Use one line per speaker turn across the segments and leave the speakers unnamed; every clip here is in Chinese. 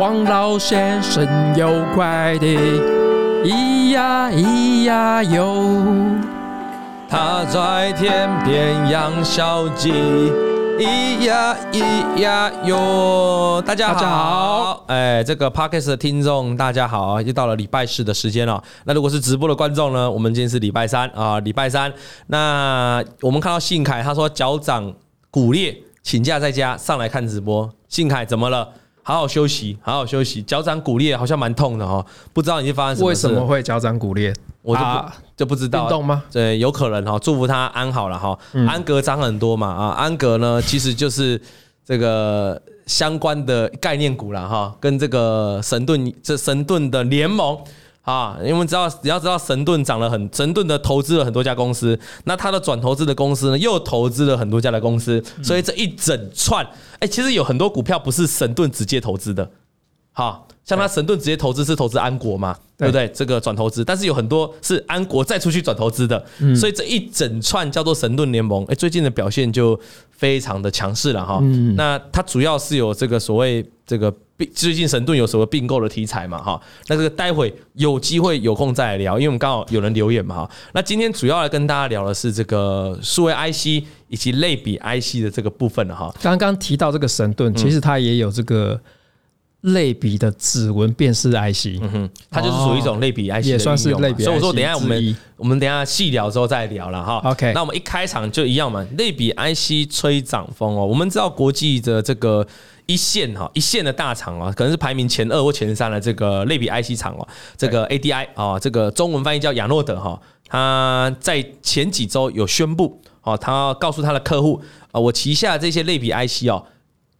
王老先生有快递，咿呀咿呀哟，
他在天边养小鸡，咿呀咿呀哟。大家好，
大家好
哎，这个 podcast 的听众大家好啊，又到了礼拜四的时间了、那如果是直播的观众呢，我们今天是礼拜三啊，礼拜三。那我们看到信凯他说脚掌骨裂，请假在家上来看直播。信凯怎么了？好好休息，好好休息。脚掌骨裂好像蛮痛的哦，不知道你是发生什么
为
事
什
了。
么会脚掌骨裂？
我就不、
啊
就不知道
运动吗？嗯
对，有可能哈、祝福他安好了哈、安格涨很多嘛啊，安格呢其实就是这个相关的概念股了哈、跟这个神盾这神盾的联盟。啊，因为我们知道，只要知道神盾涨了很，神盾的投资了很多家公司，那他的转投资的公司呢，又投资了很多家的公司，
嗯
所以这一整串，哎、其实有很多股票不是神盾直接投资的，好，像他神盾直接投资是投资安国嘛，对
对
不对？这个转投资，但是有很多是安国再出去转投资的，所以这一整串叫做神盾联盟，哎，最近的表现就非常的强势了哈。那它主要是有这个所谓这个并最近神盾有所谓并购的题材嘛哈。那这个待会有机会有空再来聊，因为我们刚好有人留言嘛哈。那今天主要来跟大家聊的是这个数位 IC 以及类比 IC 的这个部分了哈。
刚刚提到这个神
嗯
盾，其实它也有这个类比的指纹辨识 IC，
嗯，它就是属于一种类比 IC，的
也算是
应用嘛
类比 IC
所以我说，等一下我
之一
们我们等一下细聊之后再聊了哈。
OK
那我们一开场就一样嘛，类比 IC 吹涨风哦。我们知道国际的这个一线哈，一线的大厂啊，可能是排名前二或前三的这个类比 IC 厂哦，这个 ADI 啊，这个中文翻译叫亚诺德哈，它在前几周有宣布哦，它告诉它的客户啊，我旗下这些类比 IC 哦，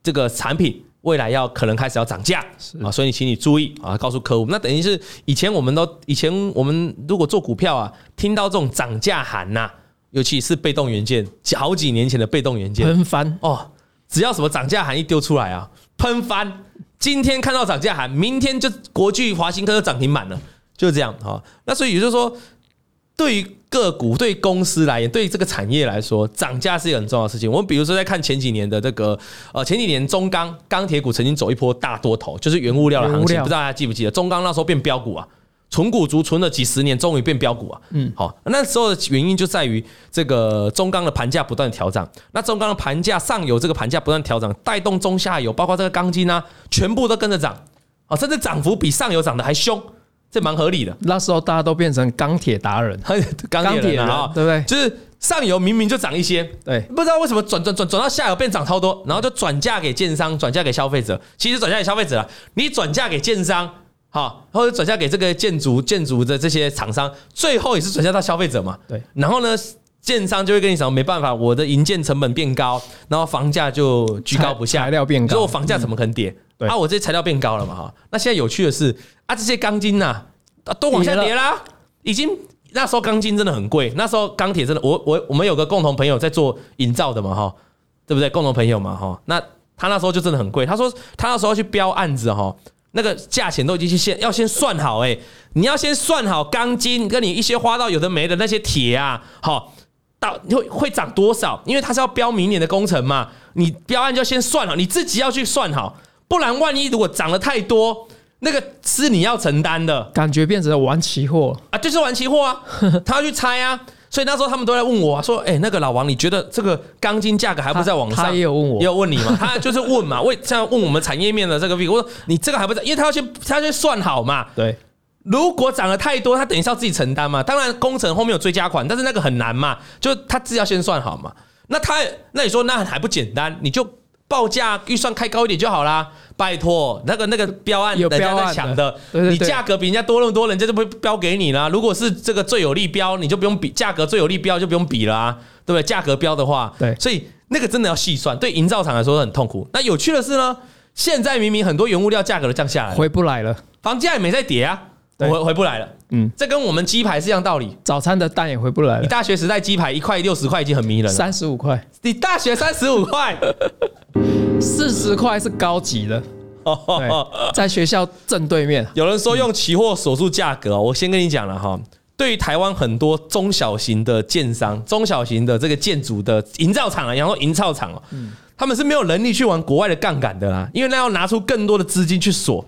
这个产品未来要可能开始要涨价啊，所以请你注意啊，告诉客户。那等于是以前我们都以前我们如果做股票啊，听到这种涨价函呐、尤其是被动元件，好几年前的被动元件
喷翻
哦，只要什么涨价函一丢出来啊，喷翻。今天看到涨价函，明天就国巨、华新科就涨停板了，就这样哈、哦那所以也就是说，对于个股、对公司来言，对于这个产业来说，涨价是一个很重要的事情。我们比如说在看前几年的这个，呃，前几年中钢钢铁股曾经走一波大多头，就是原物料的行
原物
情，
料
不知道大家记不记得？中钢那时候变标股啊，存股族存了几十年，终于变标股啊。嗯，好，那时候的原因就在于这个中钢的盘价不断地调涨，那中钢的盘价上游这个盘价不断地调涨，带动中下游，包括这个钢筋啊，全部都跟着涨，哦，甚至涨幅比上游涨得还凶，这蛮合理的。
那时候大家都变成钢铁达人，
钢铁人啊，
对不对？
就是上游明明就涨一些，
对，
不知道为什么转转转转到下游变涨超多，然后就转嫁给建商，转嫁给消费者。其实转嫁给消费者了，啊你转嫁给建商，好，或者转嫁给这个建筑建筑的这些厂商，最后也是转嫁到消费者嘛。
对，
然后呢？建商就会跟你讲，没办法，我的营建成本变高，然后房价就居高不下，
材材料变
你说我
高，嗯
房价怎么可能跌？
对
啊，我这些材料变高了嘛哈。那现在有趣的是啊，这些钢筋呐、啊都往下跌啦，已经那时候钢筋真的很贵，那时候钢铁真的，我我我们有个共同朋友在做营造的嘛哈，对不对？共同朋友嘛哈，那他那时候就真的很贵，他说他那时候去标案子哈。那个价钱都已经去先要先算好哎、你要先算好钢筋跟你一些花到有的没的那些铁啊，好，到会会涨多少？因为它是要标明年的工程嘛，你标案就先算好，你自己要去算好，不然万一如果涨得太多，那个是你要承担的
感觉变成玩期货，
啊，就是玩期货 啊，他要去猜啊。所以那时候他们都在问我、啊、说：“哎、那个老王，你觉得这个钢筋价格还不在往上？”
他他也有问我
也有问你 嘛，他就是问嘛，为这样问我们产业面的这个 V，我说你这个还不在，因为他要去他要去算好嘛，
对，
如果涨得太多，他等于是要自己承担嘛。当然，工程后面有追加款，但是那个很难嘛，就他自己要先算好嘛。那他那你说那还不简单？你就报价预算开高一点就好啦。拜托，那个那个标案
有
人家
标案
在
的
抢的，
对对
你
对
价格比人家多那么多，人家就不会标给你啦。如果是这个最有利标，你就不用比价格最有利标就不用比啦、对不对？价格标的话，
对
所以那个真的要细算，对营造厂来说很痛苦。那有趣的是呢，现在明明很多原物料价格都降下来了，
回不来了，
房价也没在跌啊，我
对
回回不来了。
嗯，
这跟我们鸡排是一样道理。
早餐的蛋也回不来
你
了，
大学时代鸡排一块六十块已经很迷人啊了，
三十五块，
你大学三十五块，
四十块是高级的，对，在学校正对面，
有人说用期货锁住价格哦，我先跟你讲了哈。对于台湾很多中小型的建商、中小型的这个建筑的营造厂啊，然后营造厂哦，他他们是没有能力去玩国外的杠杆的啦，因为那要拿出更多的资金去锁。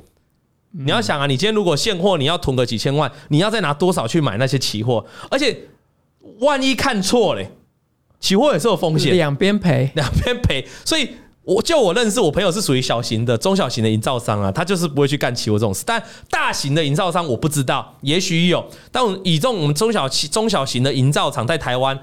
你要想啊，你今天如果现货你要囤个几千万，你要再拿多少去买那些期货？而且万一看错嘞，期货也是有风险，
两边 赔，
两边赔。所以我就我认识我朋友是属于小型的、中小型的营造商啊，他就是不会去干期货这种事。但大型的营造商我不知道，也许有。但我们以这种我们中小企中小型的营造厂在台湾。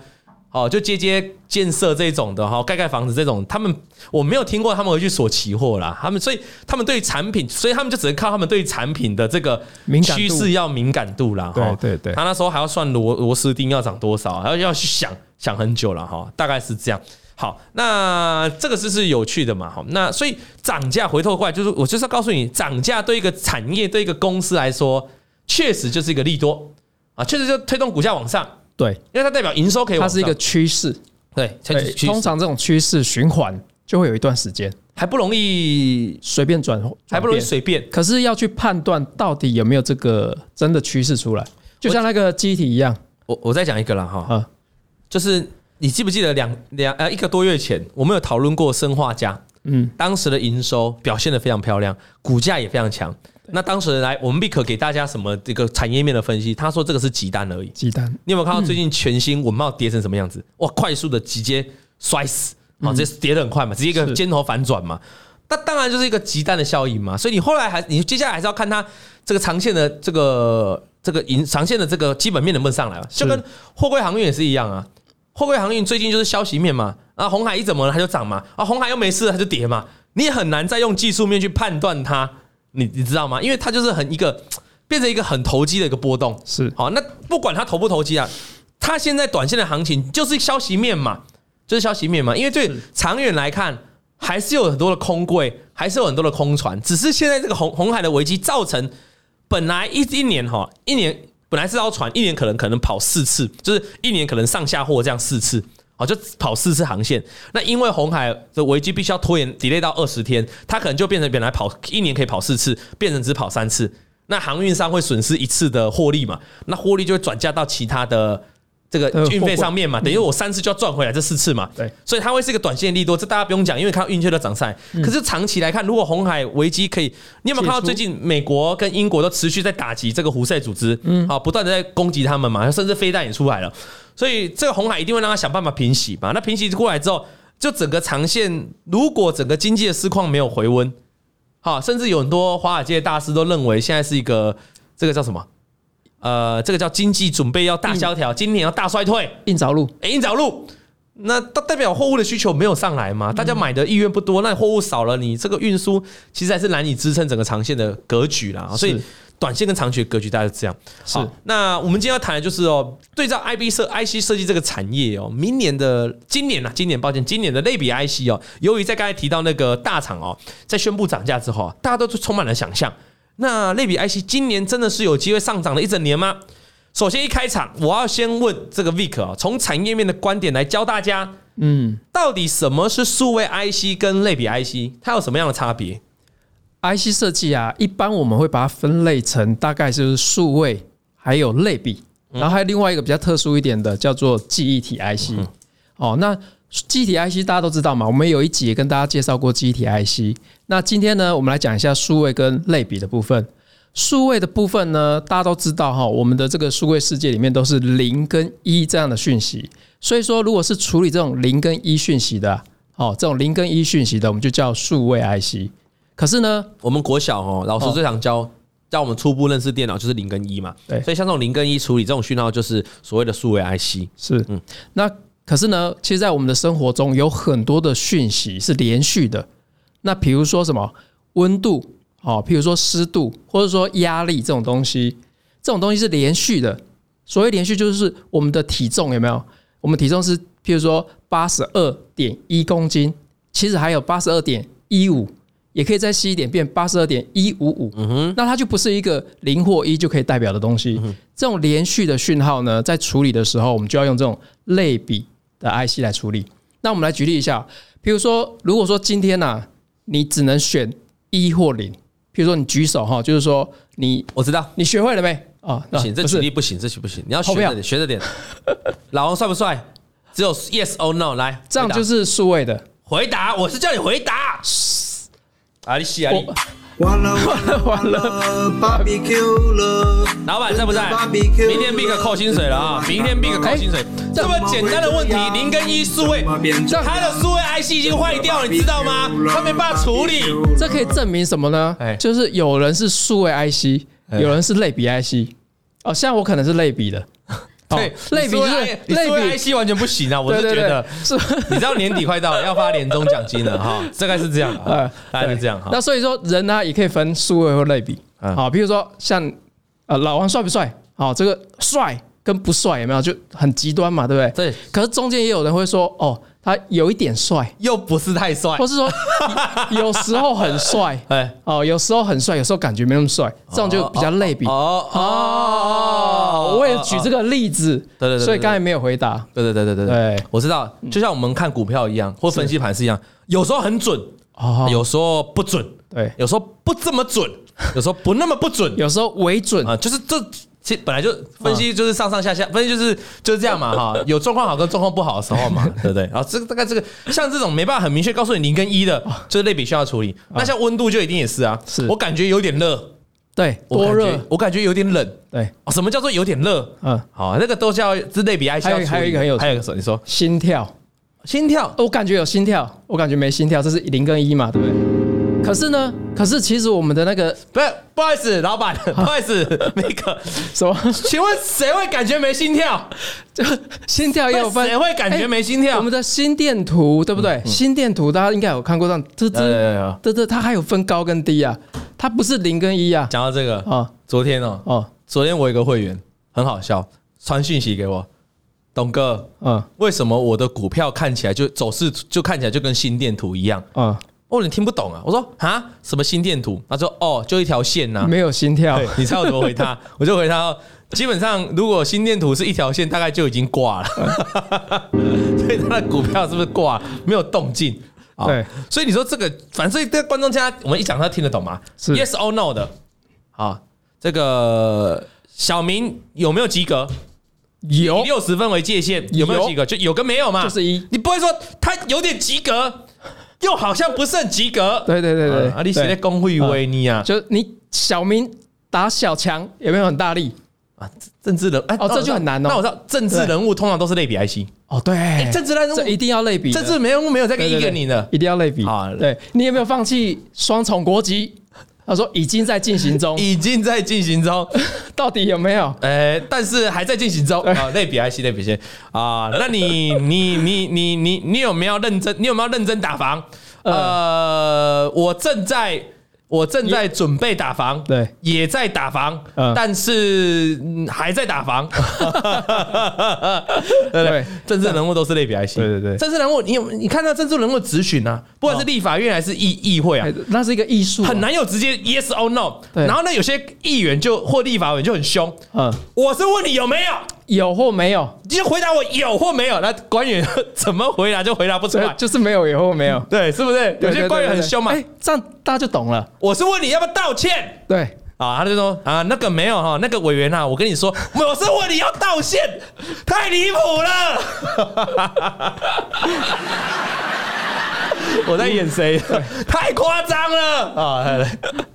哦，就接接建设这种的哈，盖盖房子这种，他们我没有听过他们会去锁期货啦。他们所以他们对于产品，所以他们就只能靠他们对于产品的这个
敏感度
趋势要敏感度啦。
对
哈
对对
哦他那时候还要算螺螺丝钉要涨多少，还要要去想想很久了哈，大概是这样。好，那这个就是有趣的嘛，好，那所以涨价回头过来就是我就是要告诉你，涨价对一个产业对一个公司来说，确实就是一个利多啊，确实就推动股价往上，
对，
因为它代表营收可以往
它
上，
是一个趋势。
对，它
对，
是趋势
通常这种趋势循环就会有一段时间，
还不容易，
随便转
还不容
转
易。
变
随便。
可是要去判断到底有没有这个真的趋势出来，就像那个机体一样
我我再讲一个啦哈，
啊，
就是你记不记得两两呃一个多月前，我们有讨论过生化家，
嗯，
当时的营收表现得非常漂亮，股价也非常强。那当时来，我们立刻给大家什么这个产业面的分析？他说这个是急单而已。
鸡蛋
你有没有看到最近全新文茂跌成什么样子？哇，快速的直接摔死，啊，这跌得很快嘛，直接一个
是
尖头反转嘛。那当然就是一个极端的效应嘛，所以你后来还你接下来还是要看它这个长线的这个这个银长线的这个基本面能不能上来嘛，就跟货柜航运也是一样啊。货柜航运最近就是消息面嘛，啊，红海一怎么了它就涨嘛，啊，红海又没事了它就跌嘛，你也很难再用技术面去判断它，你你知道吗？因为它就是很一个变成一个很投机的一个波动，
是
好，那不管它投不投机啊，它现在短线的行情就是消息面嘛，就是消息面嘛。因为对长远来看，还是有很多的空柜，还是有很多的空船，只是现在这个红红海的危机造成，本来一一年哈，一年本来是艘船，一年可能可能跑四次，就是一年可能上下货这样四次。好，就跑四次航线。那因为红海的危机必须要拖延 delay 到二十天，它可能就变成本来跑一年可以跑四次，变成只跑三次。那航运商会损失一次的获利嘛？那获利就会转嫁到其他的这个
呃
运费
货柜
上面嘛，等于我三次就要赚回来这四次嘛。
对，
所以它会是一个短线利多，这大家不用讲，因为看到运气的涨上来。可是长期来看，如果红海危机可以，你有没有看到
解除
最近美国跟英国都持续在打击这个胡塞组织？嗯，好，不断的在攻击他们嘛，甚至飞弹也出来了。所以这个红海一定会让他想办法平息嘛。那平息过来之后，就整个长线，如果整个经济的市况没有回温，好，甚至有很多华尔街的大师都认为现在是一个这个叫什么？呃，这个叫经济准备要大萧条，今年要大衰退。
硬着陆，
哎，你找路，那代代表货物的需求没有上来嘛？大家买的意愿不多，那货物少了，你这个运输其实还是难以支撑整个长线的格局啦。所以短线跟长期的格局大概是这样。
是
好，那我们今天要谈的就是哦，对照 IB 设 IC 设计这个产业哦，明年的今年啊，今年抱歉，今年的类比 IC 哦，由于在刚才提到那个大厂哦，在宣布涨价之后啊，大家都充满了想象。那类比 IC 今年真的是有机会上涨了一整年吗？首先一开场，我要先问这个 Vic 啊、从产业面的观点来教大家，
嗯
到底什么是数位 IC 跟类比 IC，它有什么样的差别？
，IC 设计啊，一般我们会把它分类成大概就是数位，还有类比，然后还有另外一个比较特殊一点的叫做记忆体 IC。哦，那记忆体 IC 大家都知道嘛，我们有一集也跟大家介绍过记忆体 IC。那今天呢，我们来讲一下数位跟类比的部分。数位的部分呢，大家都知道哈，我们的这个数位世界里面都是零跟一这样的讯息，所以说如果是处理这种零跟一讯息的啊，哦，这种零跟一讯息的，我们就叫数位 IC。可是呢，
我们国小哦，老师
哦
最常教。教我们初步认识电脑就是零跟一嘛，
对
所以像这种零跟一处理这种讯号，就是所谓的数位 IC。
是，嗯那可是呢，其实，在我们的生活中有很多的讯息是连续的。那比如说什么温度，哦，譬如说湿度，或者说压力这种东西，这种东西是连续的。所谓连续，就是我们的体重有没有？我们体重是譬如说八十二点一公斤，其实还有八十二点一五，也可以再细一点变八十二点一五嗯五。那它就不是一个零或一就可以代表的东西。这种连续的讯号呢，在处理的时候，我们就要用这种类比的 IC 来处理。那我们来举例一下，比如说，如果说今天呐、你只能选一或零，比如说你举手哈，就是说你
我知道，
你学会了没啊？
不行，这
不
举
是
例不行，这举不行，你要学
投
着
票
点， 学着点。老王帅不帅？只有 yes or no 来，
这样就是是数位的，
回答，我是叫你回答。啊，你洗啊你！
完了完了完了，barbecue 了，
老板在不在？明天 Big 扣薪水了啊！明天 Big
哎
扣薪水，这么简单的问题，零跟一数位，他的数位 IC 已经坏掉，你知道吗？他没办法处理。
这可以证明什么呢
哎？
就是有人是数位 IC，
哎
有人是类比 IC。哦，像我可能是类比的，哦
对，
类比
你数
就
位
是
I- 你数
类
位
比
IC 完全不行啊！我
对
是
对
觉
对
得，，
是。
你知道年底快到了，要发年终奖金了哈，大概是这样，啊
呃，
大概是这样哈
那。所以说，人呢也可以分数位或类比。
嗯
好，比如说像呃老王帅不帅？好，这个帅跟不帅有没有就很极端嘛，对不对？
对，
可是中间也有人会说，哦，他有一点帅，
又不是太帅
或，是说有时候很帅，
哎，
哦，有时候很帅，有时候感觉没那么帅，这种就比较类比。
哦
哦，我也举这
个，
个例子，
对对对
所以刚才没有回答。
对对对对对
对，嗯
我知道，就像我们看股票一样，或分析盘是一样，有时候很准，
哦，
有时候不准，
对，
有时候不这么准，有时候不那么不准
有时候为准，
啊，就是这。其实本来就分
嗯
析就是上上下下，分析就是就是这样嘛哈， 有状况好跟状况不好的时候嘛，对不对？然后这个大概这个像这种没办法很明确告诉你零跟一的，就是类比需要处理。那像温度就一定也是啊，
哦是
我感觉有点热，
对，
我感
多
觉
热，
我感觉有点冷。
对，
哦什么叫做有点热？
嗯，
好，那个都叫是类比 I 需
还
要
有
处
还
理的。
有一个很有趣
还有一个什么？你说
心跳。
心跳
我感觉有心跳，我感觉没心跳，这是零跟一嘛，对不对？可是呢，可是其实我们的那个
不是，不好意思，老板，不好意思，那个，
什么
请问谁会感觉没心跳？
就心跳也有分，
谁会感觉没心跳
哎我们的心电图对不对？心电图大家应该有看过，让这这
对对对，
这这它还有分高跟低啊，它不是零跟一啊，
讲到这个，
哦
昨天哦，
哦
昨天我有一个会员很好笑，传讯息给我，董哥，
嗯
为什么我的股票看起来就走势就看起来就跟心电图一样？
嗯，
哦，你听不懂啊？我说啊，什么心电图？他说哦，就一条线呐、
没有心跳
对，你猜我怎么 回他？我就回他哦，基本上如果心电图是一条线，大概就已经挂了， 所以他的股票是不是挂了没有动静？啊
对，
所以你说这个，反正对观众家，我们一讲他听得懂吗
是
？Yes or no 的，好，这个小明有没有及格？
有
以六十分为界限，有没有
有
及格？就有跟没有嘛，
就是一
你不会说他有点及格，又好像不甚及格。
对对对对
啊，你写在工会维尼啊，
就你小明打小强有没有很大力？
啊，政治人哎，
哦
那我
这
知
就
道
很难哦
那我知道，政治人物通常都是类比 IC，
哦，对，
政治人物
这一定要类比的，
政治人物没有在跟一
对
个
对
你的
一定要类比
啊
对你有没有放弃双重国籍？他说已经在进行中，
已经在进行中，
到底有没有？
呃，但是还在进行中
哎
啊，类比 IC 类比 IC 啊，那 你你你你你你有没有认真？你有没有认真打房？
嗯
呃，我正在。我正在准备打房，
对
也在打房，
嗯
但是嗯还在打 房，对不对
对？
政治人物都是类比 IC，
对对对
政治人物，你有你看到政治人物的质询啊，不管是立法院还是议议会啊
哎，那是一个艺术，
很。难有直接 yes or no。
对
然后呢，有些议员就或立法委员就很凶，
嗯，
我是问你有没有，
有或没有？
你就回答我有或没有。那官员怎么回答就回答不出
对
来，，
就是没有，有或没有。
对，是不是？有些官员很凶啊嘛
对，对对对哎，这样大家就懂了。
我是问你要不要道歉。
对，
啊，他就说啊，那个没有哈，那个委员啊，我跟你说，我是问你要道歉，太离谱了。我在演谁？太夸张了啊！对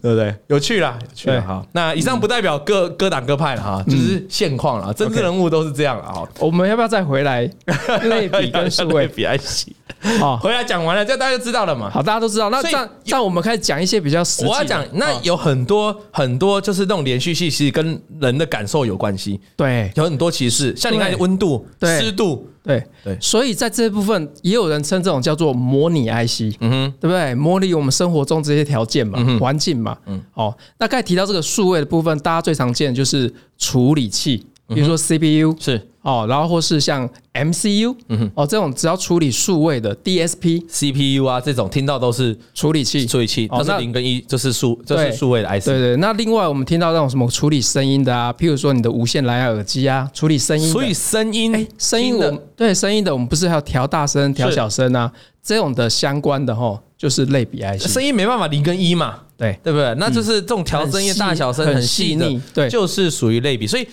对不对？有趣啦，有趣啦
对
哈。那以上不代表各各党各派了哈，就是现况啦，政治人物都是这样啊。哈
我们要不要再回来 类比跟数位
比 I 起。
啊？
回来讲完了，这大家就知道了嘛。
好，大家都知道。那
所以
这样，这样我们开始讲一些比较实际的。
我要讲，那有很多很多就是那种连续性，其实跟人的感受有关系。
对
有很多歧视，像你看
对
温度、
对
湿度，
对
对
所以在这部分，也有人称这种叫做模拟 IC。
嗯哼，
对不对？模拟我们生活中这些条件嘛，环境嘛，嗯，哦，那刚才提到这个数位的部分，大家最常见的就是处理器，比如说 CPU、
是
哦，然后或是像 MCU，嗯哦，这种只要处理数位的 DSP
CPU 啊这种听到都是
处理器，
处理器，
哦
它是
那
零跟一，这是数这
对
是数位的
对
IC，
对。那另外我们听到那种什么处理声音的啊，譬如说你的无线蓝牙耳机啊，处理声音的，
所以声音
声音
听
我
的
们对声音的，我们不是还有调大声、调
是
小声啊，这种的相关的吼，就是类比 IC，
呃声音没办法零跟一嘛，
对。
对不对？那就是这种调声音
很细
大小声
很
很细
细
的
腻，对
就是属于类比，所以。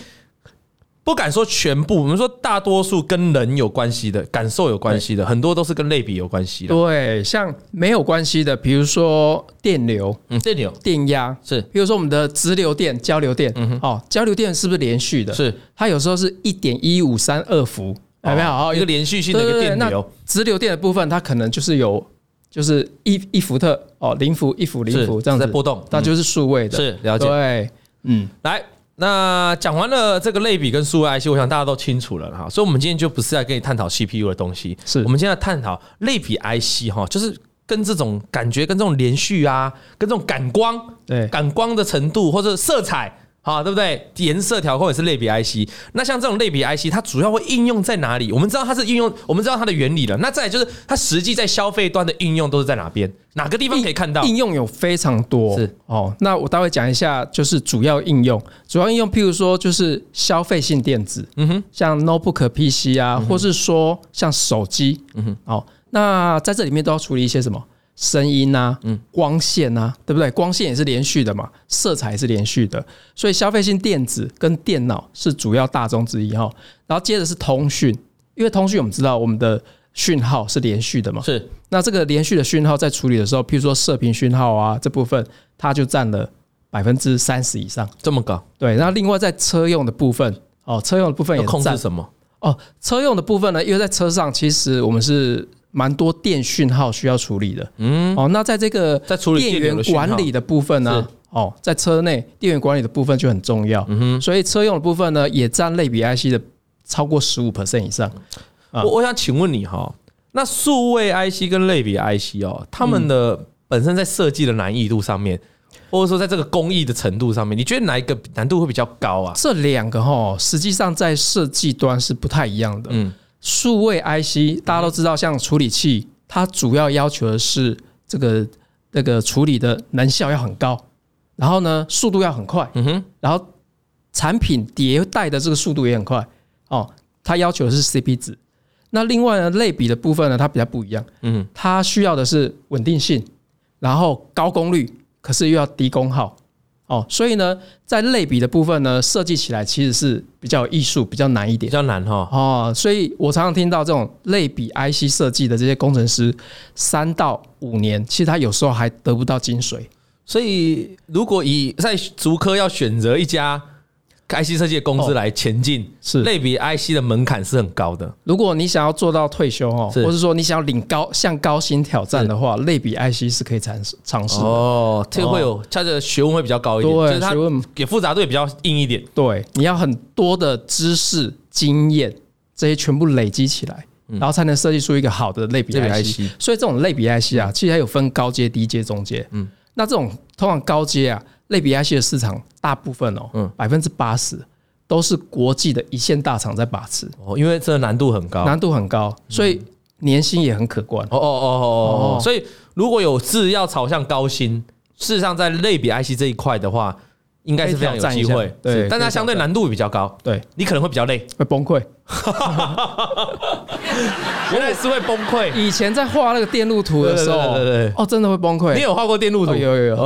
不敢说全部，我们说大多数跟人有关系的，感受有关系的，很多都是跟类比有关系的。
对，像没有关系的，比如说电流、
嗯，这有
电压，
是
比如说我们的直流电、交流电，哦，交流电是不是连续的？
嗯是，
它有时候是一点一五三二伏，有没有？哦，
一个连续性的一个电
那
流，
直流电的部分，它可能就是有就是一一伏特哦，零伏一伏零
是
伏这样子
在波嗯动
它就是数位的。
是了解。
对，嗯，
来，那讲完了这个类比跟数位 IC，我想大家都清楚了哈。所以，我们今天就不是在跟你探讨 CPU 的东西，
是
我们今天在探讨类比 IC 哈，就是跟这种感觉、跟这种连续啊、跟这种感光、
对
感光的程度或者色彩。啊，对不对？颜色调控也是类比 IC。那像这种类比 IC，它主要会应用在哪里？我们知道它是应用，我们知道它的原理了。那再来就是它实际在消费端的应用都是在哪边？哪个地方可以看到？
应用有非常多，
是
哦。那我待会讲一下，就是主要应用，主要应用，譬如说就是消费性电子，嗯哼，像 notebook、PC 啊，
嗯
或是说像手机，嗯哼，哦。那在这里面都要处理一些什么声音啊，嗯，光线啊，对不对？光线也是连续的嘛，色彩也是连续的，所以消费性电子跟电脑是主要大宗之一哈、哦。然后接着是通讯，因为通讯我们知道我们的讯号是连续的嘛，
是
那这个连续的讯号在处理的时候，譬如说射频讯号啊这部分，它就占了百分之三十以上。
这么高？
对，那另外在车用的部分，哦，车用的部分
要
也
控制
占
什么？
哦，车用的部分呢，因为在车上其实我们是蛮多电讯号需要处理的。嗯，哦，那在这个
在处理
电
电流
源
的讯号
管理的部分呢、哦，在车内电源管理的部分就很重要。嗯所以车用的部分呢，也占类比 IC 的超过十五 percent 以上。啊
我我想请问你哈，那数位 IC 跟类比 IC 哦，他们的本身在设计的难易度上面，或者说在这个工艺的程度上面，你觉得哪一个难度会比较高啊？
这两个哈，实际上在设计端是不太一样的。
嗯，
数位 IC 大家都知道，像处理器，它主要要求的是这个这个处理的能效要很高，然后呢速度要很快，
嗯哼，
然后产品迭代的这个速度也很快哦。它要求的是 CP 值。那另外呢，类比的部分呢，它比较不一样，
嗯，
它需要的是稳定性，然后高功率，可是又要低功耗哦。所以呢，在类比的部分呢，设计起来其实是比较有艺术，比较难一点
比。较难哈。
哦，所以我常常听到这种类比 IC 设计的这些工程师，三到五年，其实他有时候还得不到精髓。
所以如果以在竹科要选择一家 IC 设计的公司来前进，
是
类比 IC 的门槛是很高的。
如果你想要做到退休哦，
是
或是说你想要领高向高薪挑战的话，类比 IC 是可以尝试尝试的。
哦，这个会有它的学问会比较高一点，
对
就是它
学问
也复杂度也比较硬一点。
对，你要很多的知识、经验，这些全部累积起来，然后才能设计出一个好的类比
嗯类
IC。
比嗯 IC
所以这种类比 IC 啊，其实还有分高阶、低阶、中阶。嗯，那这种通常高阶啊，类比 IC 的市场大部分哦，
嗯
百分之八十都是国际的一线大厂在把持，
哦，因为这个难度很高，
难度很高，所以年薪也很可观。
哦哦哦哦哦
哦
所以如果有志要朝向高薪，事实上在类比 IC 这一块的话，应该是非常有机
可以挑战一
会
下，对
是
可以
但它相对难度比较高，
对，
你可能会比较累，
会崩溃。
原来是会崩溃。
以前在画那个电路图的时候，
对对对对对
哦，真的会崩溃。
你有画过电路图？
哦有有有，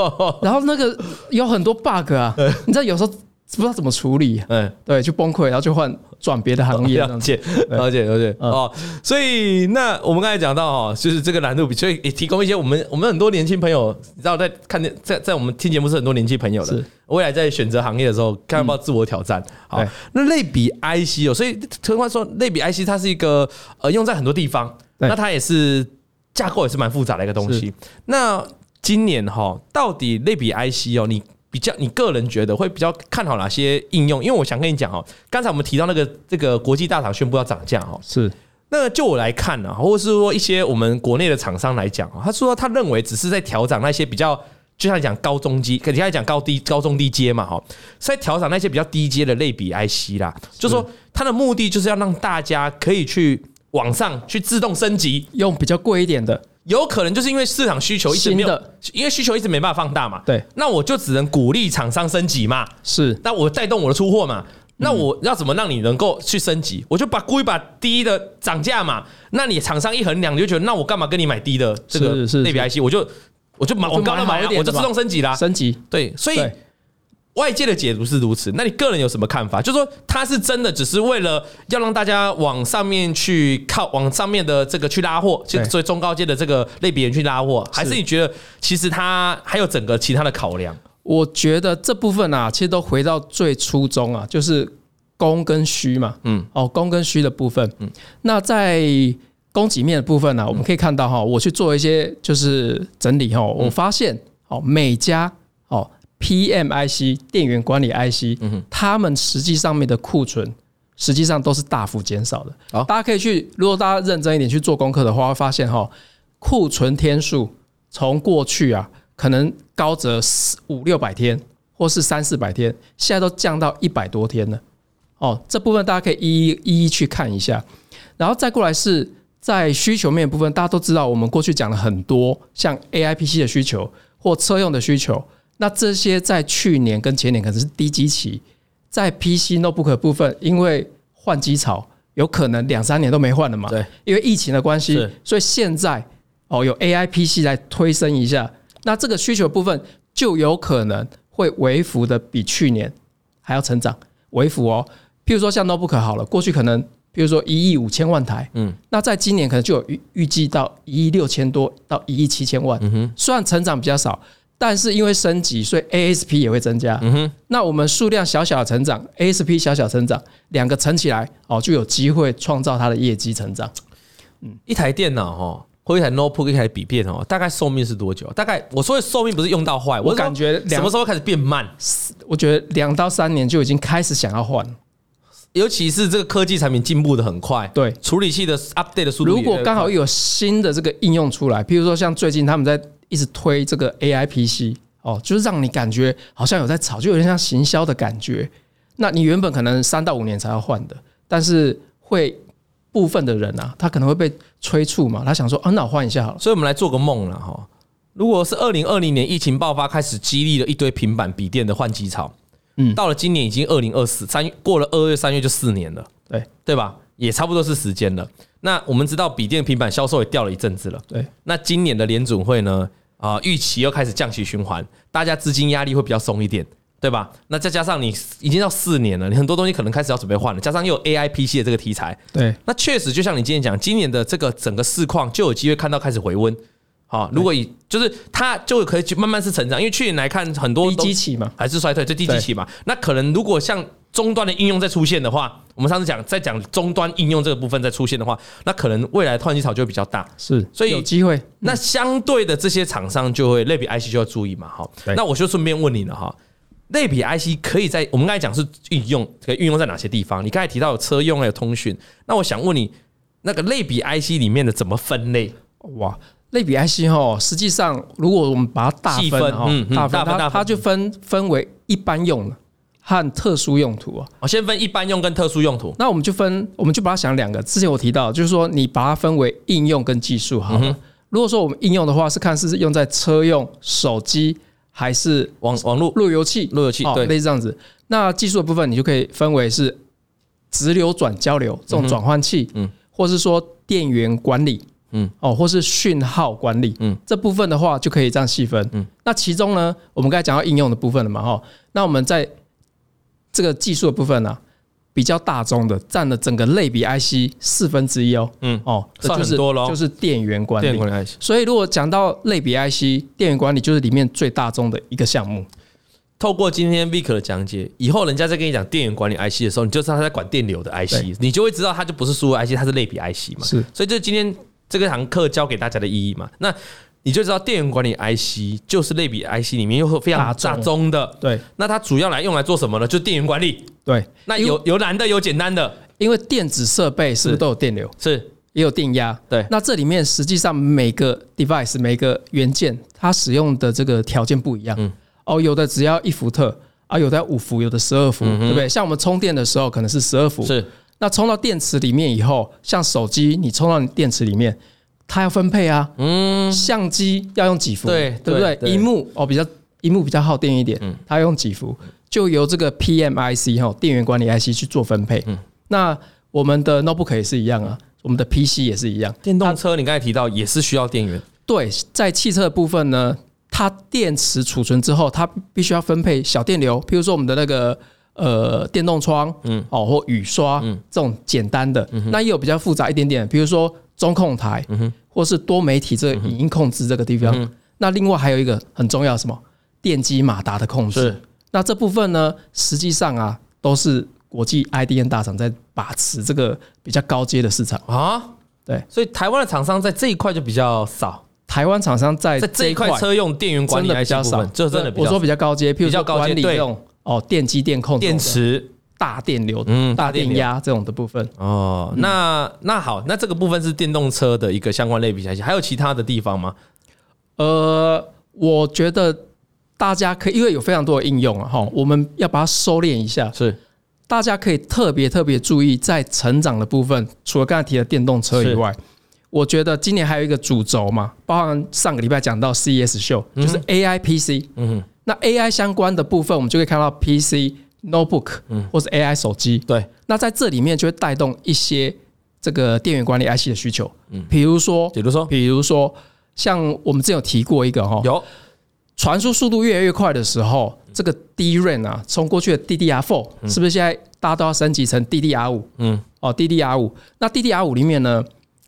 然后那个有很多 bug 啊，你知道有时候不知道怎么处理，
嗯，
对，就崩溃，然后就换转别的行业这
哦了
样子。嗯
解，了解，了解。哦，所以那我们刚才讲到哦，就是这个难度比，所以也提供一些我们我们很多年轻朋友，你知道在看见在在我们听节目是很多年轻朋友的
是，嗯
未来在选择行业的时候，看要不要自我挑战。好
对，
那类比 IC 哦，所以陈欢说类比 IC 它是一个呃用在很多地方，
对
那它也是架构也是蛮复杂的一个东西。那今年哈，到底类比 IC 哦，你比较你个人觉得会比较看好哪些应用？因为我想跟你讲哦，刚才我们提到那个这个国际大厂宣布要涨价哦，
是
那就我来看呢、啊，或者是说一些我们国内的厂商来讲哦，他说他认为只是在调整那些比较。就像你讲高中低，可你刚才讲高低高中低阶嘛，哈，是在调整那些比较低阶的类比 IC 啦，就说它的目的就是要让大家可以去往上去自动升级，
用比较贵一点的，
有可能就是因为市场需求一直没
新
有
的，
因为需求一直没办法放大嘛。
对，
那我就只能鼓励厂商升级嘛，
是
那我带动我的出货嘛。那
嗯
我要怎么让你能够去升级？我就把故意把低的涨价嘛，那你厂商一衡量，你就觉得那我干嘛跟你买低的这个
是是
类比 IC？我就我就买
我就
往高的
买好
买
一
啊，
点
我
的
就自
嘛
动升级啦。
升级。
对，所以
对
外界的解读是如此，那你个人有什么看法？就说它是真的，只是为了要让大家往上面去靠，往上面的这个去拉货，就
对
所以中高阶的这个类别人去拉货，还是你觉得其实它还有整个其他的考量？
我觉得这部分啊，其实都回到最初衷啊，就是供跟需嘛。
嗯
嗯，哦，供跟需的部分。嗯，那在供给面的部分啊
嗯
呢、我们可以看到哈，我去做一些就是整理哈，
嗯
我发现哦，每家哦 PMIC 电源管理 IC，
嗯哼
他们实际上面的库存。实际上都是大幅减少的。
好
大家可以去，如果大家认真一点去做功课的话，会发现哈，库存天数从过去啊，可能高则四五六百天，或是三四百天，现在都降到一百多天了。哦，这部分大家可以一一一一去看一下，然后再过来是在需求面的部分，大家都知道，我们过去讲了很多像 AIPC 的需求或车用的需求，那这些在去年跟前年可能是低基期，在 PC notebook 的部分，因为换机潮有可能两三年都没换了嘛，
对，
因为疫情的关系
是，
所以现在哦有 AI PC 来推升一下，那这个需求部分就有可能会微幅的比去年还要成长，微幅哦。譬如说像 notebook 好了，过去可能譬如说一亿五千万台，
嗯
嗯，那在今年可能就有预预计到一亿六千多到一亿七千万，
嗯哼，
虽然成长比较少，但是因为升级，所以 ASP 也会增加。
嗯哼，
那我们数量小小的成长，ASP 小小成长，两个乘起来哦，就有机会创造它的业绩成长。
一台电脑哦哈，或一台 notebook，一台笔电哦，大概寿命是多久？大概我说的寿命不是用到坏，
我
是说
感觉
什
两
么时候开始变慢？
我觉得两到三年就已经开始想要换了。
尤其是这个科技产品进步的很快，
对
处理器的 update 的速度也
如
越来越快，
果刚好有新的这个应用出来，譬如说像最近他们在一直推这个 AI PC 哦，就是让你感觉好像有在炒，就有点像行销的感觉。那你原本可能三到五年才要换的，但是会部分的人啊，他可能会被催促嘛，他想说啊，那我换一下好了。
所以我们来做个梦了哈。如果是二零二零年疫情爆发开始激励了一堆平板笔电的换机潮，嗯，
嗯
到了今年已经二零二四三过了二月三月就四年了，
对
对吧？也差不多是时间了。那我们知道笔电平板销售也掉了一阵子了，
对，
那今年的联准会呢，啊、预期又开始降息循环，大家资金压力会比较松一点，对吧？那再加上你已经到四年了，你很多东西可能开始要准备换了，加上又有 AI PC 的这个题材，
对，
那确实，就像你今天讲，今年的这个整个市况就有机会看到开始回温。好、如果以就是它就可以去慢慢是成长，因为去年来看很多
低
都
基期嘛，
还是衰退，最低基期嘛。那可能如果像终端的应用再出现的话，我们上次讲在讲终端应用这个部分再出现的话，那可能未来的换机潮就会比较大。
是，
所以
有机会。
那相对的这些厂商就会类比 IC 就要注意嘛，哈。
对
那我就顺便问你了哈，类比 IC 可以在我们刚才讲是运用，可以运用在哪些地方？你刚才提到有车用还有通讯，那我想问你，那个类比 IC 里面的怎么分类？
哇，类比 IC 哈，实际上如果我们把它大
细
分
分
哈
嗯嗯，
大分
大分大
它
分
它就分分为一般用的和特殊用途啊。
我哦先分一般用跟特殊用途。
那我们就分，我们就把它想两个。之前我提到，就是说你把它分为应用跟技术好了。如果说我们应用的话，是看是用在车用、手机还是
网网络
路由器、
路由器
哦
对
类似这样子。那技术的部分，你就可以分为是直流转交流这种转换器，
嗯
嗯，或是说电源管理，
嗯
嗯，哦，或是讯号管理，
嗯
嗯，这部分的话就可以这样细分。
嗯
嗯，那其中呢，我们刚才讲到应用的部分了嘛，哈，那我们在这个技术的部分呢、比较大宗的占了整个类比 IC 四分之一哦，
嗯
嗯哦，这
算
就
很
是
多咯
就是电源管
电
理。
管理 IC，
所以如果讲到类比 IC，电源管理就是里面最大宗的一个项目。
透过今天 Vic 的讲解，以后人家在跟你讲电源管理 IC 的时候，你就知道他在管电流的 IC，
对
你就会知道它就不是输入 IC，它是类比 IC 嘛。
是
所以这今天这个堂课教给大家的意义嘛。那你就知道电源管理 IC 就是类比 IC 里面又非常
大众
大宗的，
对
那它主要来用来做什么呢？就电源管理。
对，
那
因为
有有难的，有简单的，
因为电子设备是不
是
是都有电流，
是
也有电压？
对
那这里面实际上每个 device 每个元件它使用的这个条件不一样。
嗯
哦，有的只要一伏特啊，有的要五伏，有的十二伏，对不对？像我们充电的时候可能是十二伏，
嗯是
那充到电池里面以后，像手机你充到你电池里面，它要分配啊。嗯，相机要用几伏？
对
对不对？
对
嗯
对
荧幕哦比较荧幕比较耗电一点，它要用几伏，就由这个 PMIC 哈电源管理 IC 去做分配。嗯，那我们的 notebook 也是一样啊，我们的 PC 也是一样。
电动车，你刚才提到也是需要电源，
对，在汽车的部分呢，它电池储存之后，它必须要分配小电流，譬如说我们的那个呃电动窗，嗯，哦或雨刷，嗯，这种简单的，
嗯
那也有比较复杂一点点，比如说中控台，嗯或是多媒体
嗯
这个影音控制这个地方。那另外还有一个很重要的什么电机马达的控制
是，
那这部分呢，实际上啊都是国际 IDM 大厂在把持这个比较高阶的市场。
啊，
对，
所以台湾的厂商在这一块就比较少，
台湾厂商在
在这
哎一
一块车用电源管
真的
理
比
IC
较
部
少
分，，这真的比
我
较
说
少。
比较高阶，譬如
比较
说
高阶
管理
对
这种哦电机电控这种
电
的、
池
大电流、
嗯
大
大
电嗯
电
压这种的部分。
哦，那那好，那这个部分是电动车的一个相关类比较，还有其他的地方吗？
呃，我觉得大家可以，因为有非常多的应用啊，哈，我们要把它收敛一下。
是
大家可以特别特别注意，在成长的部分，除了刚才提的电动车以外，我觉得今年还有一个主轴嘛，包含上个礼拜讲到 CES 秀，就是 AI PC。
嗯
嗯，那 AI 相关的部分，我们就可以看到 PC、notebook，或
嗯
是 AI 手机。
对，
那在这里面就会带动一些这个电源管理 IC 的需求。嗯，比如说，
比如说
比如说，像我们之前有提过一个哈，
有
传输速度越来越快的时候，
嗯
这个 DRAM 啊，从过去的 DDR4，、是不是现在大家都要升级成 DDR5？
嗯
嗯，哦，DDR5，那 DDR5 里面呢，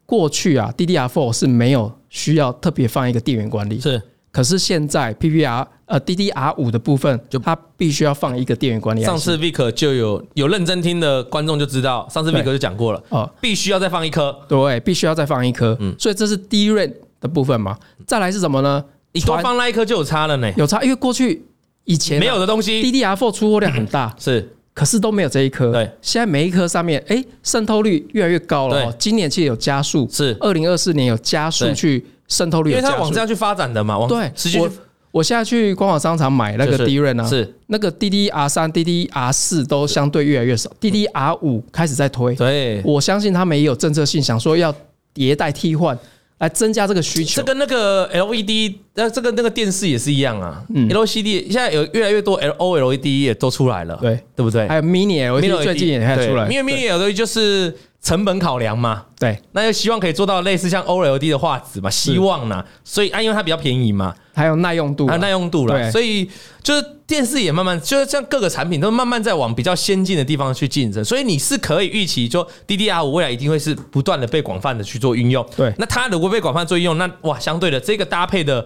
过去啊，DDR4 是没有需要特别放一个电源管理，
是
可是现在 PPR 呃 DDR5 的部分，
就
就它必须要放一个电源管理 IC。
上次 Vic 就有有认真听的观众就知道，上次 Vic
对
就讲过了，
哦，
必须要再放一颗，
对，必须要再放一颗，
嗯
所以这是 DRAM 的部分嘛。再来是什么呢？
你多
传
放那一颗就有差了呢，
有差，因为过去以前啊、
没有的东西
DDR4 出货量很 大，
是
可是都没有这一颗。
对，
现在每一颗上面，哎，渗透率越来越高了、哦
对。
今年其实有加速，
是
二零二四年有加速
对
去渗透率
因
有
为
加速。
它往这样去发展的嘛，往
对
实际，
我我现在去官网商场买那个
就是
D 润啊，
是
那个 DDR 三、DDR 四都相对越来越少，DDR 五开始在推。
对，
哎我相信他们也有政策性，想说要迭代替换来增加这个需求。
这跟那个 LED，那呃这跟那个电视也是一样啊。LCD
嗯
现在有越来越多 OLED 也都出来了，
对
对不对
还有 Mini LED 最近也开始出来，
对因为 Mini LED 就是成本考量嘛，
对
那就希望可以做到类似像 OLED 的画质嘛，希望呢，所以啊，因为它比较便宜嘛，
还有耐用度
还
啊、
有耐用度啦，
对
所以就是电视也慢慢，就是像各个产品都慢慢在往比较先进的地方去竞争，所以你是可以预期，就 DDR 五未来一定会是不断的被广泛的去做运用。
对
那它如果被广泛做运用，那哇，相对的这个搭配的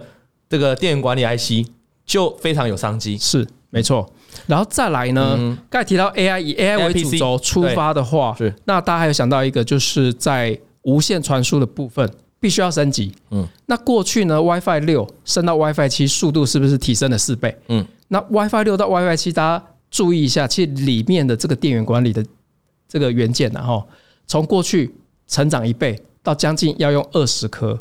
这个电源管理 IC 就非常有商机。
是没错。然后再来呢，刚、才提到 AI 以 AI 为
PC
主轴出发的话，
对是
那大家还有想到一个，就是在无线传输的部分必须要升级。嗯，那过去呢，WiFi 六升到 WiFi 七，速度是不是提升了四倍？
嗯
嗯，那 WiFi 六到 WiFi 七，大家注意一下，其实里面的这个电源管理的这个元件、啊，然后从过去成长一倍到将近要用二十颗，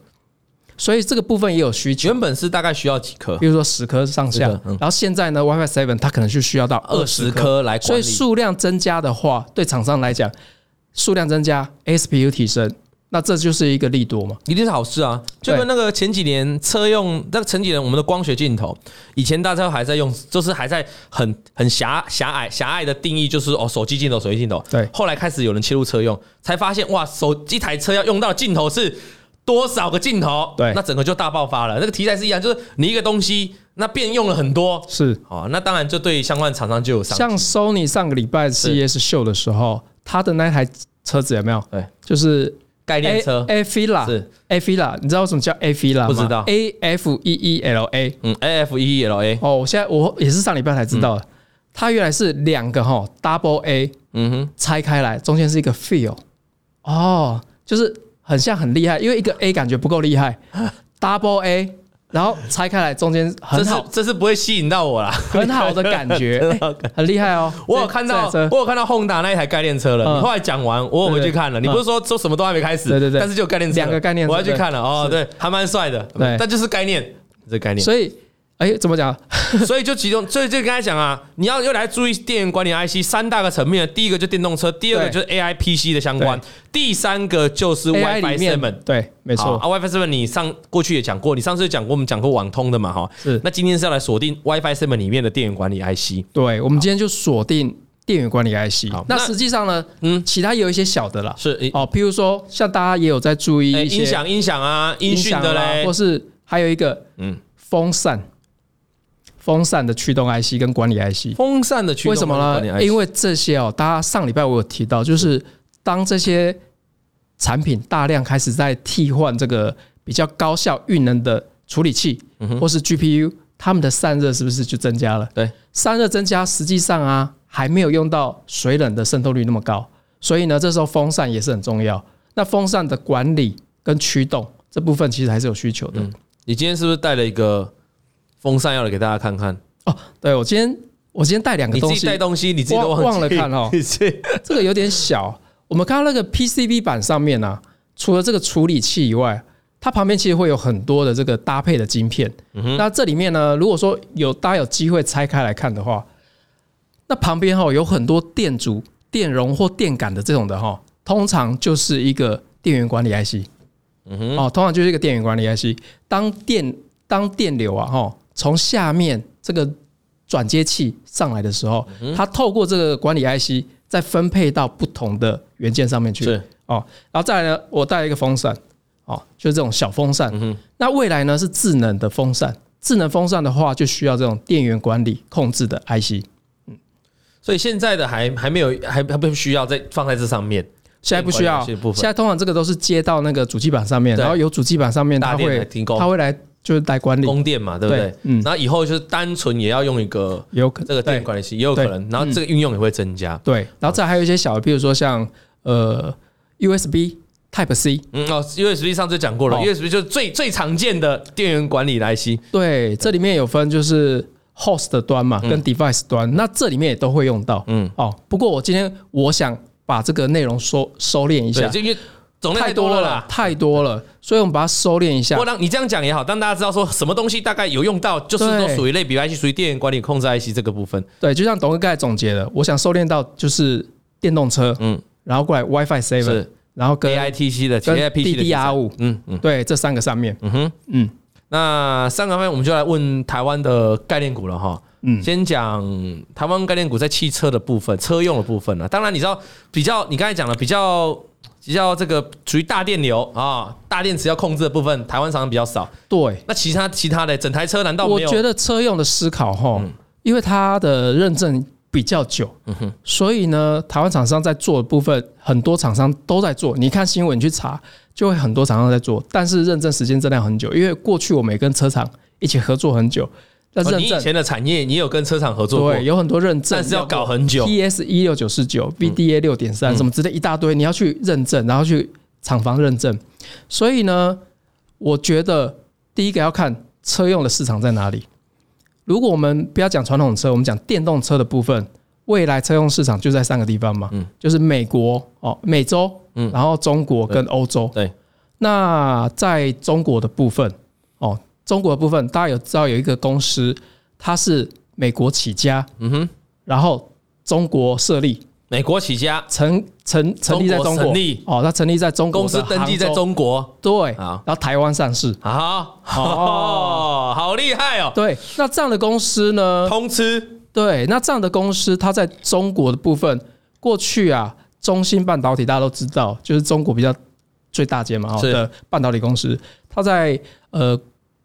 所以这个部分也有需求。
原本是大概需要几颗？
比如说十颗上下
10颗，嗯
然后现在呢，WiFi Seven 它可能就需要到
二
二
十
十
颗
颗
来
所
管
以
理。
数量增加的话，对厂商来讲，数量增加，SPU 提升，那这就是一个利多嘛。
一定是好事啊！就跟那个前几年车用，那个前几年我们的光学镜头，以前大家还在用，就是还在很很狭狭隘狭隘的定义，就是哦手机镜头、手机镜头。
对
后来开始有人切入车用，才发现哇，手一台车要用到的镜头是多少个镜头？
对
那整个就大爆发了。那个题材是一样，就是你一个东西，那变用了很多。
是，
哦，那当然就对相关厂商就有伤。
像 Sony 上个礼拜 CES 秀的时候，它的那台车子有没有？
对，
就是
概念
A
车
A Fila
是
A Fila，你知道为什么叫 A Fila 吗？
不知道
A F E E L A。
嗯 A F E E L A，
哦，我现在我也是上礼拜才知道的，它原来是两个哈 Double A
嗯哼，
拆开来，中间是一个 feel，哦，就是很像很厉害，因为一个 A 感觉不够厉害，double A，然后拆开来中间
这
很
是
好
这是不会吸引到我啦。
很好的感觉，哎很厉害哦。
我有
这
看到
这台，车
我有看到 Honda 那一台概念车了。
嗯
你后来讲完，我有回去看了。
对对
你不是说说什么都还没开始？
对对对
但是就有概念车了，
两个概念车
我要去看了。哦，对，还蛮帅的。
对
但就是概念，这概念。
所以哎，怎么讲？
所以就其中，所以就刚才讲啊，你要又来注意电源管理 IC 三大个层面，第一个就电动车，第二个
对
就是 AI PC 的相关，第三个就是
AI
WiFi
里
Seven
面。对，没错，
好啊，WiFi Seven 你上过去也讲过，你上次也讲过，我们讲过网通的嘛，哈。
是
那今天是要来锁定 WiFi Seven 里面的电源管理 IC。
对，我们今天就锁定电源管理 IC
好。
那
那
实际上呢，嗯，其他也有一些小的啦，
是诶
哦，譬如说像大家也有在注意
哎
一些
音响、音响啊，音讯
响
的
啦
嘞
或，是还有一个
嗯
嗯风扇。风扇的驱动 IC 跟管理 IC。
风扇的驱动
为什么
管理
呢？
IC
因为这些哦，大家上礼拜我有提到，就是当这些产品大量开始在替换这个比较高效运能的处理器，
嗯
或是 GPU，它们的散热是不是就增加了？
对，
散热增加，实际上啊还没有用到水冷的渗透率那么高，所以呢，这时候风扇也是很重要。那风扇的管理跟驱动这部分其实还是有需求的。
你今天是不是带了一个风扇要来给大家看看？
哦，对我今天我今天带两个
你
东
自己
西
带，东西，你自己都
忘
记
忘了看哦
你自己
这个有点小。我们看到那个 PCB 板上面啊，除了这个处理器以外，它旁边其实会有很多的这个搭配的晶片。那这里面呢，如果说有大家有机会拆开来看的话，那旁边哈、有很多电阻、电容或电感的这种的哈、通常就是一个电源管理 IC。哦，通常就是一个电源管理 IC。当电当电流啊，哈，从下面这个转接器上来的时候，它透过这个管理 IC 再分配到不同的元件上面去。
是
哦，然后再来呢，我带了一个风扇，哦，就是这种小风
嗯
扇。那未来呢是智能的风扇，智能风扇的话就需要这种电源管理控制的 IC。
所以现在的还还没有，还还不需要再放在这上面。
现在不需要，
电管理 IC 的部分
现在通常这个都是接到那个主机板上面，
对
然后有主机板上面它
大电
会
来提供
它会来就是来管理，
供电嘛，对不对
对？嗯
然后以后就是单纯也要用一个
有可
这个电
对嗯
管理器，也有可能，然后这个运用也会增加。
对，然后再还有一些小的，比如说像呃 USB Type C，
嗯哦，USB 上次讲过了
哦
，USB 就是最最常见的电源管理来西，
对，这里面有分就是 host 端嘛，跟 device 端，那这里面也都会用到。
嗯
嗯，哦，不过我今天我想把这个内容收收敛一
对，
下，
就因为种类
太
太多
多
了
了
啦。
太多了，所以我们把它收敛一
不
下
过。让你这样讲也好，让大家知道说什么东西大概有用到，就是
对
都属于类比 IC，属于电源管理控制 IC 这个部分。
对，就像董哥刚才总结的，我想收敛到就是电动车，
嗯
嗯，然后过来 WiFi 7
是
然后跟
AITC 的
跟
AIPC 的题材
DDR 五，
嗯嗯。
对，这三个上面，嗯哼，嗯，
那上个方面，我们就来问台湾的概念股了哈。嗯，
嗯
先讲台湾概念股在汽车的部分、车用的部分啊。当然，你知道比较，你刚才讲了比较比较这个属于大电流啊，大电池要控制的部分，台湾常常比较少。
对。
那其他其他的整台车难道
我
没有？嗯
觉得车用的思考哈，因为它的认证比较久，所以呢，台湾厂商在做的部分，很多厂商都在做。你看新闻你去查，就会很多厂商在做，但是认证时间真的很久，因为过去我们也跟车厂一起合作很久，那
哦
认
你以
证、
前的产业，你有跟车厂合作过
对，有很多认证，
但是要搞很久嗯
PS 一六九四九、BDA 六点三什么之类一大堆，你要去认证，然后去厂房认证。所以呢，我觉得第一个要看车用的市场在哪里。如果我们不要讲传统车，我们讲电动车的部分，未来车用市场就在三个地方嘛，
嗯
就是美国哦、美洲，然后中国跟欧洲。
对，
那在中国的部分，哦，中国的部分大家有知道有一个公司，它是美国起家，嗯哼，然后中国设立，
美国起家，
成成成立在中
中国
国，
成立
哦，它成立在中国
公
的
司登记在
杭州，
中国
对，
好
然后台湾上市，
啊，
哦
哦， 好厉害哦，
对，那这样的公司呢，
通吃
对，那这样的公司它在中国的部分，过去啊，中芯半导体大家都知道，就是中国比较最大间嘛，哦
是
的半导体公司，它在呃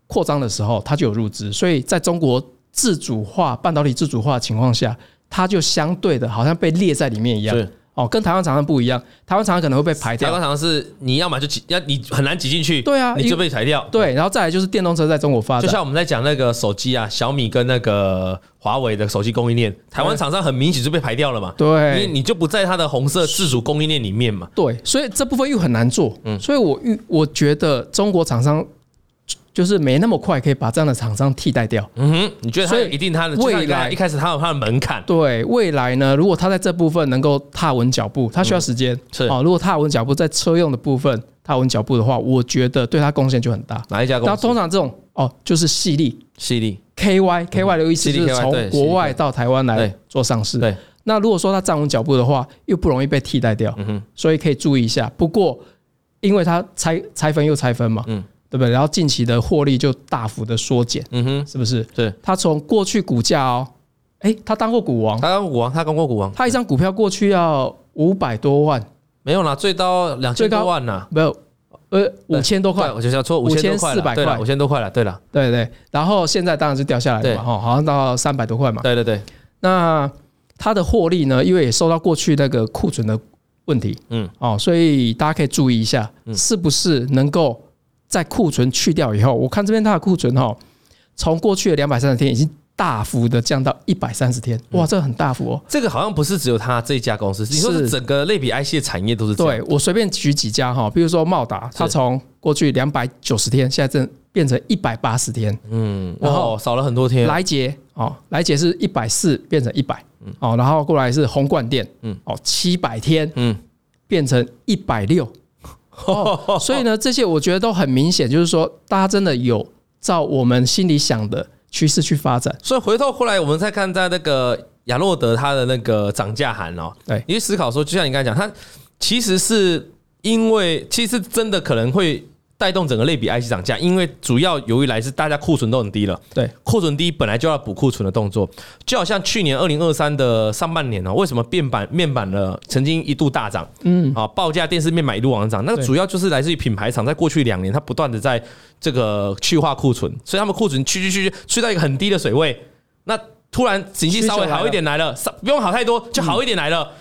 扩张的时候，它就有入资，所以在中国自主化半导体自主化的情况下，它就相对的好像被列在里面一样
是。
哦，跟台湾厂商不一样，台湾厂商可能会被排
台湾
掉。
厂是你要么就挤，要你很难挤进去，
对啊
你就被裁掉，
对，啊然后再来就是电动车在中国发
就
展，
像我们在讲那个手机啊，小米跟那个华为的手机供应链，台湾厂商很明显就被排掉了嘛。因为
对，
你就不在它的红色自主供应链里面嘛。
对，所以这部分又很难做。
嗯
所以我预我觉得中国厂商就是没那么快可以把这样的厂商替代掉。
嗯哼，你觉得它
所
有
以
一定它的
未来
就像你刚才一开始它有它的门槛，
对未来呢，如果他在这部分能够踏稳脚步，他需要时间、
嗯是
哦。如果踏稳脚步在车用的部分踏稳脚步的话，我觉得对他贡献就很大。
哪一家
那
公司？
通常这种哦，就是细粒
犀利，
KY KY 的意思就是
CDKY 对
从国外
CDKY
到台湾来
对
做上市。
对，
那如果说它站稳脚步的话，又不容易被替代掉，
嗯
所以可以注意一下。不过，因为它拆拆分又拆分嘛，
嗯
对不对？然后近期的获利就大幅的缩减，
嗯哼，
是不是？
对，
它从过去股价哦，诶，它当过股王，
他当股王，他当过股王，
它一张股票过去要五百多万，
没有啦，最高两千
最
多
高
万呐，
没有呃五千多块
对，我就想说五千多块了，
5400
对了，
块
五千多块了，对了，
对对，然后现在当然是掉下来了嘛，
对
哈，好像到三百多块嘛。
对对对，
那它的获利呢，因为也受到过去那个库存的问题，
嗯，
哦，所以大家可以注意一下，是不是能够在库存去掉以后，我看这边它的库存哈、哦，从过去的两百三十天已经大幅的降到一百三十天，
嗯
哇，这很大幅哦。
这个好像不是只有他这一家公司，你说是
是
整个类比 IC 的产业都是这样
对我随便举几家哈，比如说茂达，它从过去两百九十天，现在正变成一百八十天。
嗯，然
然
后
后
少了很多天，
来捷哦，来捷是一百四变成一百，哦，然后过来是红冠店，
嗯
嗯，哦，七百天
嗯，
变成一百 六，哦，所以呢，这些我觉得都很明显，就是说大家真的有照我们心里想的趋势去发展，
所以回头过来，我们再看在那个雅洛德它的那个涨价函哦，
对
你去思考说，就像你刚才讲，它其实是因为其实真的可能会带动整个类比 IC 涨价，因为主要由于来自大家库存都很低了，
对，
库存低本来就要补库存的动作，就好像去年二零二三的上半年哦，为什么面板面板的曾经一度大涨，嗯，啊，报价电视面板一路往上涨，那个
对
主要就是来自于品牌厂在过去两年它不断的在这个去化库存，所以他们库存去去去去去到一个很低的水位，那突然景气稍微好一点来了，稍不用好太多，就好一点来了，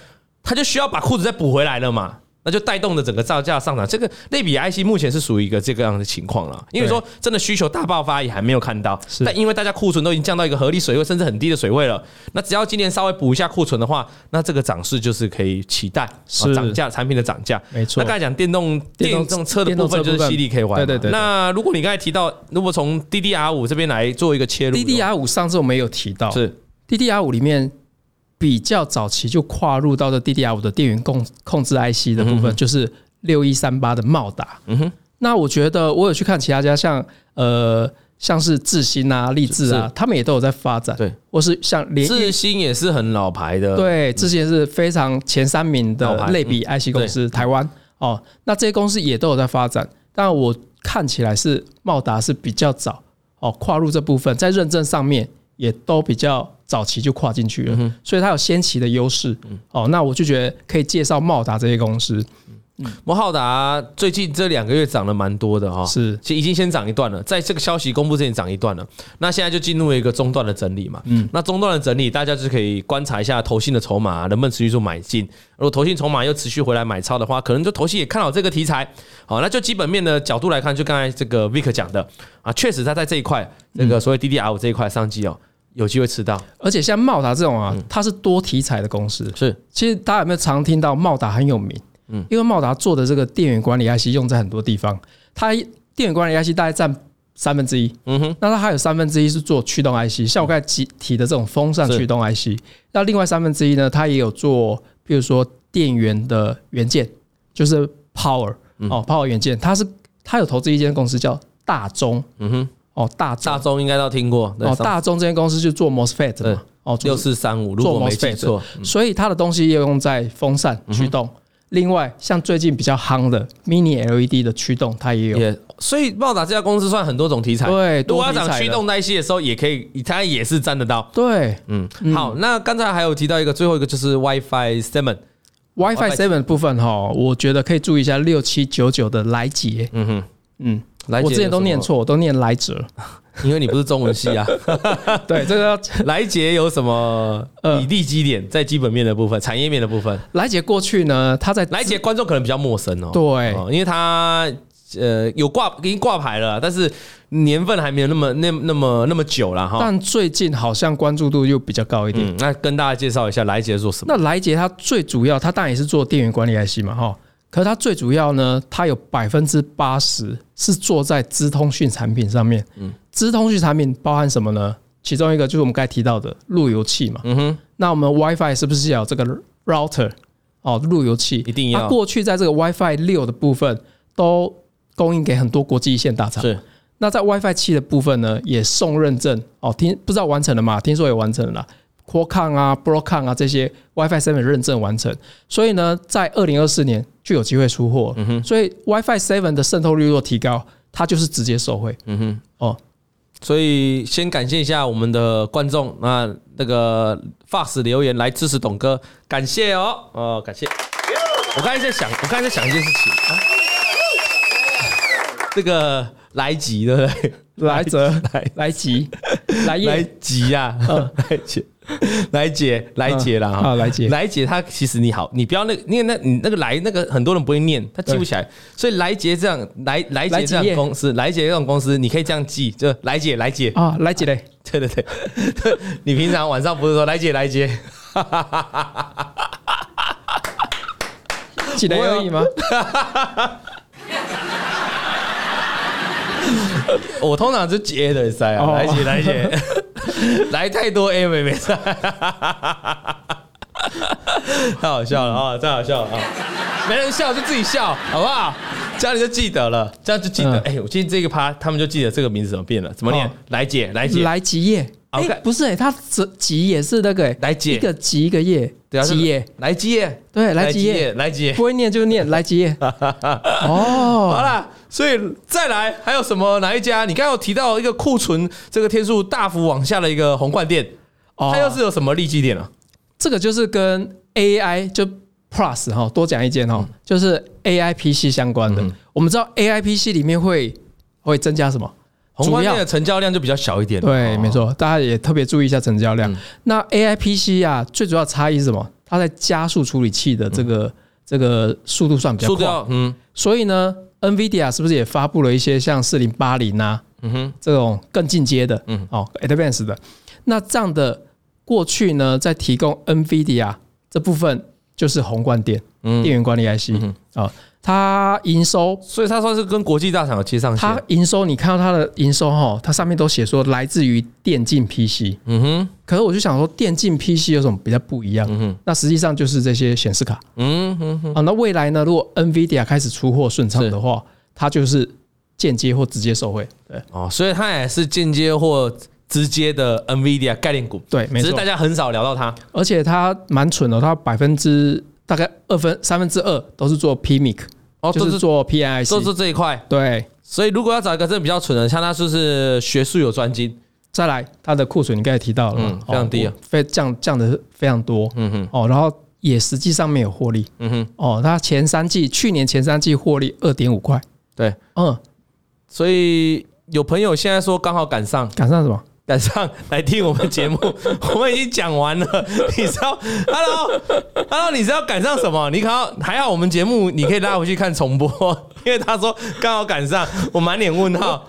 它就需要把裤子再补回来了嘛。那就带动了整个造价上涨，这个类比 IC 目前是属于一个这个样的情况了。因为说真的需求大爆发也还没有看到，
是
但因为大家库存都已经降到一个合理水位，甚至很低的水位了，那只要今年稍微补一下库存的话，那这个涨势就是可以期待
是
啊涨价产品的涨价。
没
那刚才讲电动电
电动
动车的部分就是
电动车部分
CDK 玩，
对对对对
那如果你刚才提到，如果从 DDR 五这边来做一个切入的话
DDR 五上次我们也有提到，
是
DDR 五里面比较早期就跨入到这 DDR 五的电源控控制 IC 的
嗯
部分，就是六一三八的茂达。嗯哼，那我觉得我有去看其他家，像呃像是智新啊、立志
是
啊，他们也都有在发展，
对，
或是像联
智
宇。
新也是很老牌的，
对，之前是非常前三名
老
的
牌
类比 IC 公司，台湾哦，那这些公司也都有在发展，但我看起来是茂达是比较早哦，跨入这部分，在认证上面也都比较早期就跨进去了，所以它有先期的优势哦。那我就觉得可以介绍茂达这些公司
摩浩达最近这两个月涨了蛮多的哈、
是
其实已经先涨一段了，在这个消息公布之前涨一段了，那现在就进入一个中段的整理嘛。嗯，那中段的整理，大家就是可以观察一下投信的筹码、能不能持续做买进。如果投信筹码又持续回来买超的话，可能就投信也看好这个题材。好，那就基本面的角度来看，就刚才这个 Vic 讲的啊，确实他在这一块，这个所谓 DDR 这一块商机哦，有机会吃到。
而且像茂达这种啊，它是多题材的公司，
是
其实大家有没有常听到茂达很有名？嗯，因为茂达做的这个电源管理 IC 用在很多地方，它电源管理 IC 大概占三分之一，嗯哼，嗯那它还有三分之一是做驱动 IC，像我刚才提提的这种风扇
是
驱动 IC，那另外三分之一呢，它也有做，比如说电源的元件，就是 power 哦，power 元件，它是它有投资一间公司叫大中，嗯
哼，
哦大中
大中应该都听过，
哦大中这间公司就做 MOSFET 的
对
嘛，哦做
六四三五，如
做
果没
MOSFET
记错，
所以它的东西也用在风扇驱动。另外，像最近比较夯的 Mini LED 的驱动，它也有。
也，所以茂达这家公司算很多种题材。
对
如果
多
要
题
讲
材的
驱动那一些的时候，也可以，它也是沾得到。
对
嗯，好，那刚才还有提到一个，最后一个就是 WiFi Seven，
WiFi Seven 的部分哈，我觉得可以注意一下六七九九的来捷。
嗯哼，
嗯，
来
我
杰
之前都
有什么
念，错，我都念来 哲。
因为你不是中文系 啊。
对，这个要
来杰有什么
呃
以利基点在基本面的部分、产业面的部分？
来捷过去呢，它在
来杰观众可能比较陌生哦，
对
哦，因为他呃有挂已经挂牌了，但是年份还没有那么那那么那么久了哈。
但最近好像关注度又比较高一点。
嗯，那跟大家介绍一下来杰做什么？
那来捷它最主要，它当然也是做电源管理 IC 嘛，哈。可是它最主要呢，它有百分之八十是做在资通讯产品上面。嗯，资通讯产品包含什么呢？其中一个就是我们刚才提到的路由器嘛。
嗯哼，
那我们 WiFi 是不是要有这个 router 哦，路由器
一定要
它啊过去在这个 WiFi 六的部分都供应给很多国际一线大厂。
是
那在 WiFi 七的部分呢，也送认证哦，听不知道完成了吗？听说也完成了啦 Qualcomm 啊、Broadcom 啊这些 WiFi 7认证完成，所以呢，在二零二四年就有机会出货。
嗯
所以 WiFi 7的渗透率若提高，它就是直接受惠。嗯哼，哦，
所以先感谢一下我们的观众，那那个 Fox 留言来支持董哥，感谢哦，哦，感谢。我刚才在想，我刚才在想一件事情，啊、这个来吉，对不对？
来则
来
来 吉来
来
夜
吉呀、啊， 来姐，来姐，来姐啦，
嗯
哈
啊来姐
来姐，她其实你好，你不要那个，因为那你那个来那个很多人不会念，他记不起来，所以来杰这样，来来
啊来姐
杰这样公司，来杰这种公司，你可以这样记，就来姐，来姐，
啊，来姐嘞，
对对对，你平常晚上不是说来姐来姐，
几雷
我有
而已吗？
我通常就接的塞啊，
哦
来姐 来姐，来太多 A 妹妹 塞，太好
嗯
笑了啊，太好笑了啊！没人笑就自己笑，好不好？这样你就记得了，这样就记得。
嗯
哎、我今天这个趴，他们就记得这个名字怎么变了，怎么念
哦？
来姐，来姐，
来吉夜，
啊我
哎
看，
不是哎，它这吉也是那个哎
来姐
一个吉一个夜，
对啊，
吉夜，
来姐，
对来吉夜，
来姐
不。会念就念来 吉夜。
好
哦，
啦，所以再来还有什么哪一家？你刚刚有提到一个库存这个天数大幅往下的一个红冠店，
哦
它又是有什么利基点啊？
这个就是跟 AI 就 Plus 哈，多讲一件哈，就是 AI PC 相关的
嗯。
我们知道 AI PC 里面会会增加什么？
宏观
主要
店的成交量就比较小一点。
对，
哦嗯
没。错，大家也特别注意一下成交量。那 AI PC 啊，最主要差异是什么？它在加速处理器的这个、这个速度算比较
嗯速度
快，
要嗯
所以呢，NVIDIA 是不是也发布了一些像四零八零啊
嗯哼
这种更进阶的，
嗯
嗯，哦，advanced 的？那这样的过去呢，在提供 NVIDIA 这部分就是宏观电电
嗯，
源管理 IC 啊、
嗯
它营收。
所以它算是跟国际大厂有接上
它
线。
营收，你看到它的营收哈，它上面都写说来自于电竞 PC，
嗯哼
可是我就想说，电竞 PC 有什么比较不一样？
嗯哼
那实际上就是这些显示卡
嗯哼哼，
啊。那未来呢，如果 NVIDIA 开始出货顺畅的话，它就是间接或直接受惠。对
哦，所以它也是间接或直接的 NVIDIA 概念股，
对，没
只是
错
大。家很少聊到它。
而且它蛮蠢的，它百分之大概二分三分之二都是做 PMIC，
哦，
就
都
是
是
做
都
PIC。
是这一块。
对，
所以如果要找一个真的比较蠢的，像他就是学术有专精，
再来它的库存你刚才提到了嘛，
嗯非常低啊
哦，非降降的非常多。
嗯哼
哦，然后也实际上没有获利。
嗯哼，
哦，它前三季去年前三季获利二点五块。
对，
嗯，
所以有朋友现在说刚好赶上，
赶上什么？
赶上来听我们节目， 我们已经讲完了。 你知道，Hello，Hello，你知道赶上什么？你好，还好我们节目你可以拉回去看重播， 因为他说刚好赶上，我满脸问号，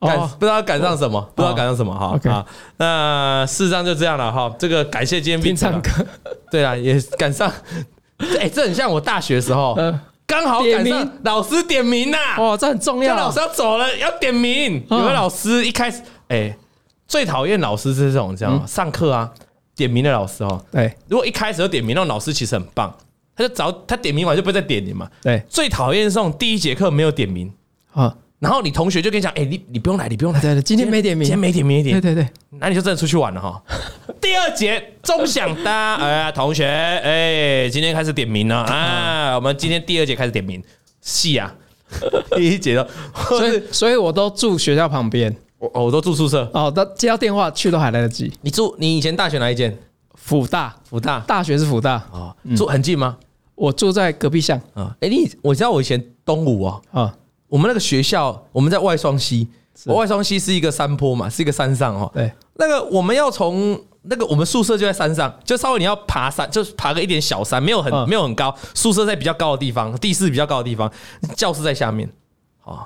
赶、
哦，
不知道赶上什么，不知道赶上什么哈。
OK
啊，那事实上就这样了哈。这个感谢今天
听
Vince 啦
唱歌，
对啊，也赶上。 哎、这很像我大学时候，
呃，
刚好
点
赶
名
上老师点名啊呐、
哦，这很重
叫
要。
老师要走了，要点名。
嗯
有个老师一开始，哎、最讨厌老师是这种这
嗯
样、上课啊点名的老师哦。
对
如果一开始就点名，那种老师其实很棒，他就早他点名完就不会再点你嘛。
对，
最讨厌是这种第一节课没有点名，
啊，
然后你同学就跟你讲，哎、你你不用来，你不用来，
对对今天没点名
今天没点名，没点
对
名，
对对，
那你就真的出去玩了哈。 第二节钟响哒， 哎呀，同学，哎，今天开始点名了
嗯
啊，我们今天第二节开始点名，戏啊， 第一节的，
所
所以
以所以我都住学校旁边
我我都住宿舍。
哦，那接到电话去都还来得及。
你住你以前大学哪一间？
辅大
福大
大学是辅大，
啊，住很近吗？
我住在隔壁巷
啊，哎，你我知道我以前东吴哦，
啊，
我们那个学校，我们在外双溪，我外双溪是一个山坡嘛，是一个山上哦。
对，
那个我们要从那个我们宿舍就在山上，就稍微你要爬山，就是爬个一点小山，没有很、
嗯
没有很高，宿舍在比较高的地方，地势比较高的地方，教室在下面。哦，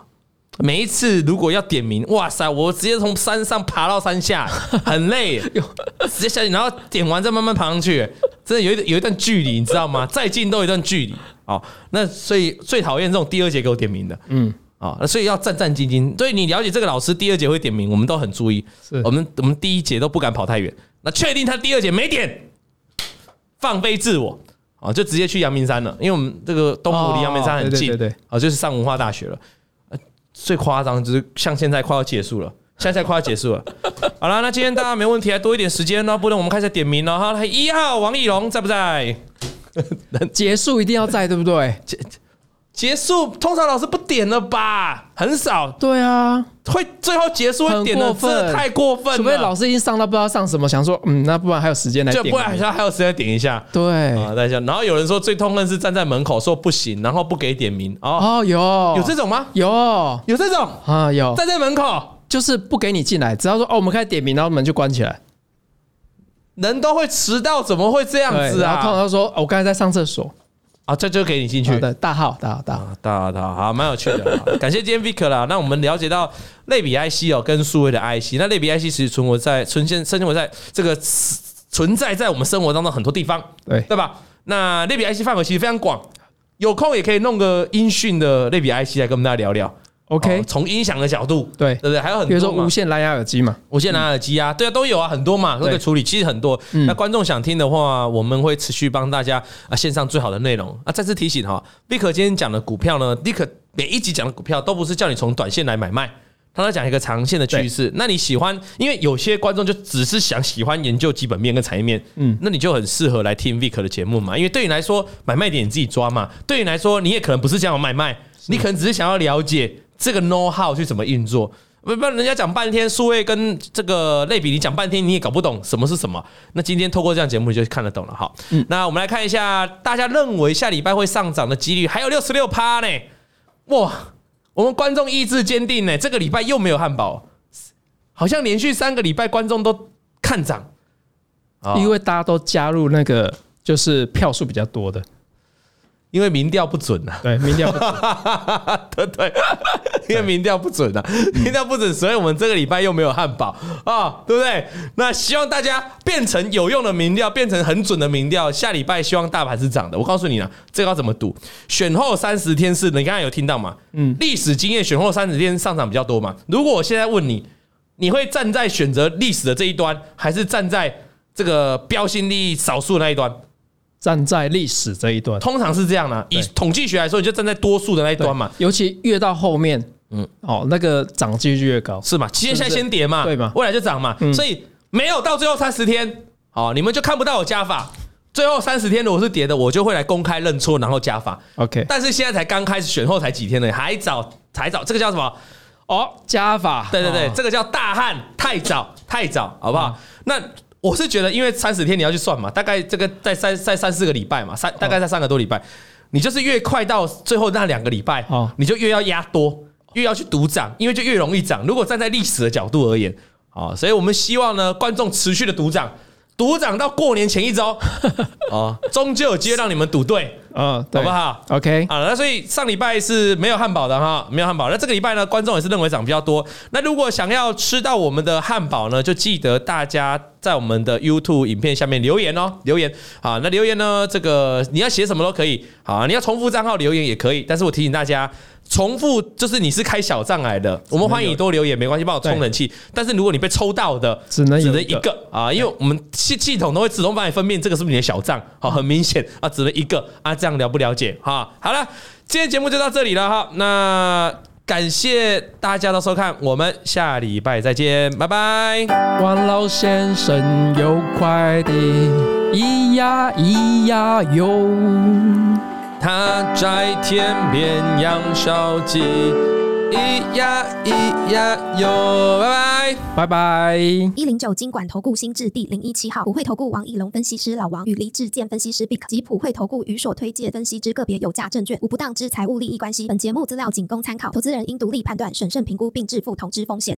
每一次如果要点名，哇塞，我直接从山上爬到山下，很累，直接下去，然后点完再慢慢爬上去，真的有一段有一段距离，你知道吗？再近都有一段距离。哦，那所以最讨厌这种第二节给我点名的。
嗯，
啊、那所以要战战兢兢。所以你了解这个老师第二节会点名，我们都很注意。
是
我们我们第一节都不敢跑太远。那确定他第二节没点，放飞自我啊、就直接去阳明山了，因为我们这个东湖离阳明山很近，
哦对对对对
啊、就是上文化大学了。呃最夸张就是像现在快要结束了。现在快要结束了， 好了，那今天大家没问题，还啊多一点时间呢，不然我们开始点名了哈。来，一号王以龙在不在？
结束一定要在，对不对？
结束，通常老师不点了吧？很少
对啊，
会最后结束会
很
点的，
过
这
分，
太过分了。
除非老师已经上到不知道上什么，想说嗯，那不然还有时间来
就
点。
不然好像还有时间点一下。
对，
啊，大家，然后有人说最痛恨是站在门口说不行，然后不给点名哦，
哦，有
有这种吗？
有
有这种
啊有，
站在门口，
就是不给你进来，只要说哦，我们开始点名，然后门就关起来。
人都会迟到，怎么会这样
对
子
然后通
啊？
常都说，哦我刚才在上厕所。
啊，这就给你进去
好。的，大号大号大号，
啊，大大好，蛮有趣的 啦。感谢今天 Vick 啦，那我们了解到类比 IC 哦，跟数位的 IC，那类比 IC 其实存活在存现生活在这个存在在我们生活当中很多地方，
对
对吧？那类比 IC 范围其实非常广，有空也可以弄个音讯的类比 IC 来跟我们大家聊聊。
，OK，
哦从音响的角度，
对
对不对？还有很
比如说
多
无
嘛，
线蓝牙耳机嘛，
无线蓝牙耳机啊，对啊，都有啊，很多嘛，都可以
对嗯
处理，其实很多。那观众想听的话，我们会持续帮大家啊线上最好的内容啊。再次提醒哈，立可今天讲的股票呢，立可每一集讲的股票都不是叫你从短线来买卖。他在讲一个长线的趋势，那你喜欢？因为有些观众就只是想喜欢研究基本面跟产业面，嗯，那你就很适合来听 Vic 的节目嘛。因为对你来说，买卖点你自己抓嘛。对你来说，你也可能不是想要买卖，你可能只是想要了解这个 know how 去怎么运作。不不然人家讲半天数位跟这个类比，你讲半天你也搞不懂什么是什么。那今天透过这样节目，你就看得懂了哈。那我们来看一下，大家认为下礼拜会上涨的几率还有六十六趴呢。哇，我们观众意志坚定呢，这个礼拜又没有汉堡，好像连续三个礼拜观众都看涨，哦
因为大家都加入那个就是票数比较多的，
因为民调不准啊。
对，民调不准
对对，因为民调不准啊，民调不准，所以我们这个礼拜又没有汉堡啊，对不对？那希望大家变成有用的民调，变成很准的民调。下礼拜希望大盘是涨的。我告诉你啊，这个要怎么赌？选后三十天是，你刚才有听到嘛？嗯，历史经验选后三十天上涨比较多嘛。如果我现在问你，你会站在选择历史的这一端，还是站在这个标新立异少数那一端？
站在历史这一段，
通常是这样啦、以
对
统计学来说，你就站在多数的那一端嘛。
对尤其越到后面，嗯，哦，那个涨几率越高，
是嘛？现在
是
先跌嘛，
对嘛嗯
未来就涨嘛，所以没有到最后三十天，好，你们就看不到我加法。最后三十天如果是跌的，我就会来公开认错，然后加法。
OK，
但是现在才刚开始选后才几天呢，还早，还早，这个叫什么？
哦，加法，
对对对，
哦嗯
这个叫大旱，太早太早，好不好？那我是觉得，因为三十天你要去算嘛，大概这个在三在三四个礼拜嘛，三大
哦
概在三个多礼拜，你就是越快到最后那两个礼拜
哦，
你就越要压多，越要去赌涨，因为就越容易涨。如果站在历史的角度而言，啊，所以我们希望呢，观众持续的赌涨。赌涨到过年前 一周，啊，终究有机会让你们赌对，
嗯，对
好不好？
？OK，
啊，那所以上礼拜是没有汉堡的哈，没有汉堡。那这个礼拜呢，观众也是认为涨比较多。那如果想要吃到我们的汉堡呢，就记得大家在我们的 YouTube 影片下面留言哦，留言啊。那留言呢，这个你要写什么都可以啊，你要重复账号留言也可以。但是我提醒大家，重复就是你是开小账来的，我们欢迎你多留言，没关系，帮我充冷气。但是如果你被抽到的，
只能有
只能
一个
一个啊，因为我们系系统都会自动帮你分辨这个是不是你的小
嗯
账，好，很明显啊，只能一个啊，这样了不了解哈？好了，今天节目就到这里了哈，那感谢大家的收看，我们下礼拜再见，拜拜。
王老先生有快递，咿呀咿呀哟，
他在天边养小鸡，咿呀咿呀哟，拜
拜
拜。
拜。
一零九金管投顾新置第零一七号，普惠投顾王以龙分析师老王与黎志健分析师 Bic 及普惠投顾与所推介分析之个别有价证券无不当之财务利益关系。本节目资料仅供参考，投资人应独立判断、审慎评估并自负投资风险。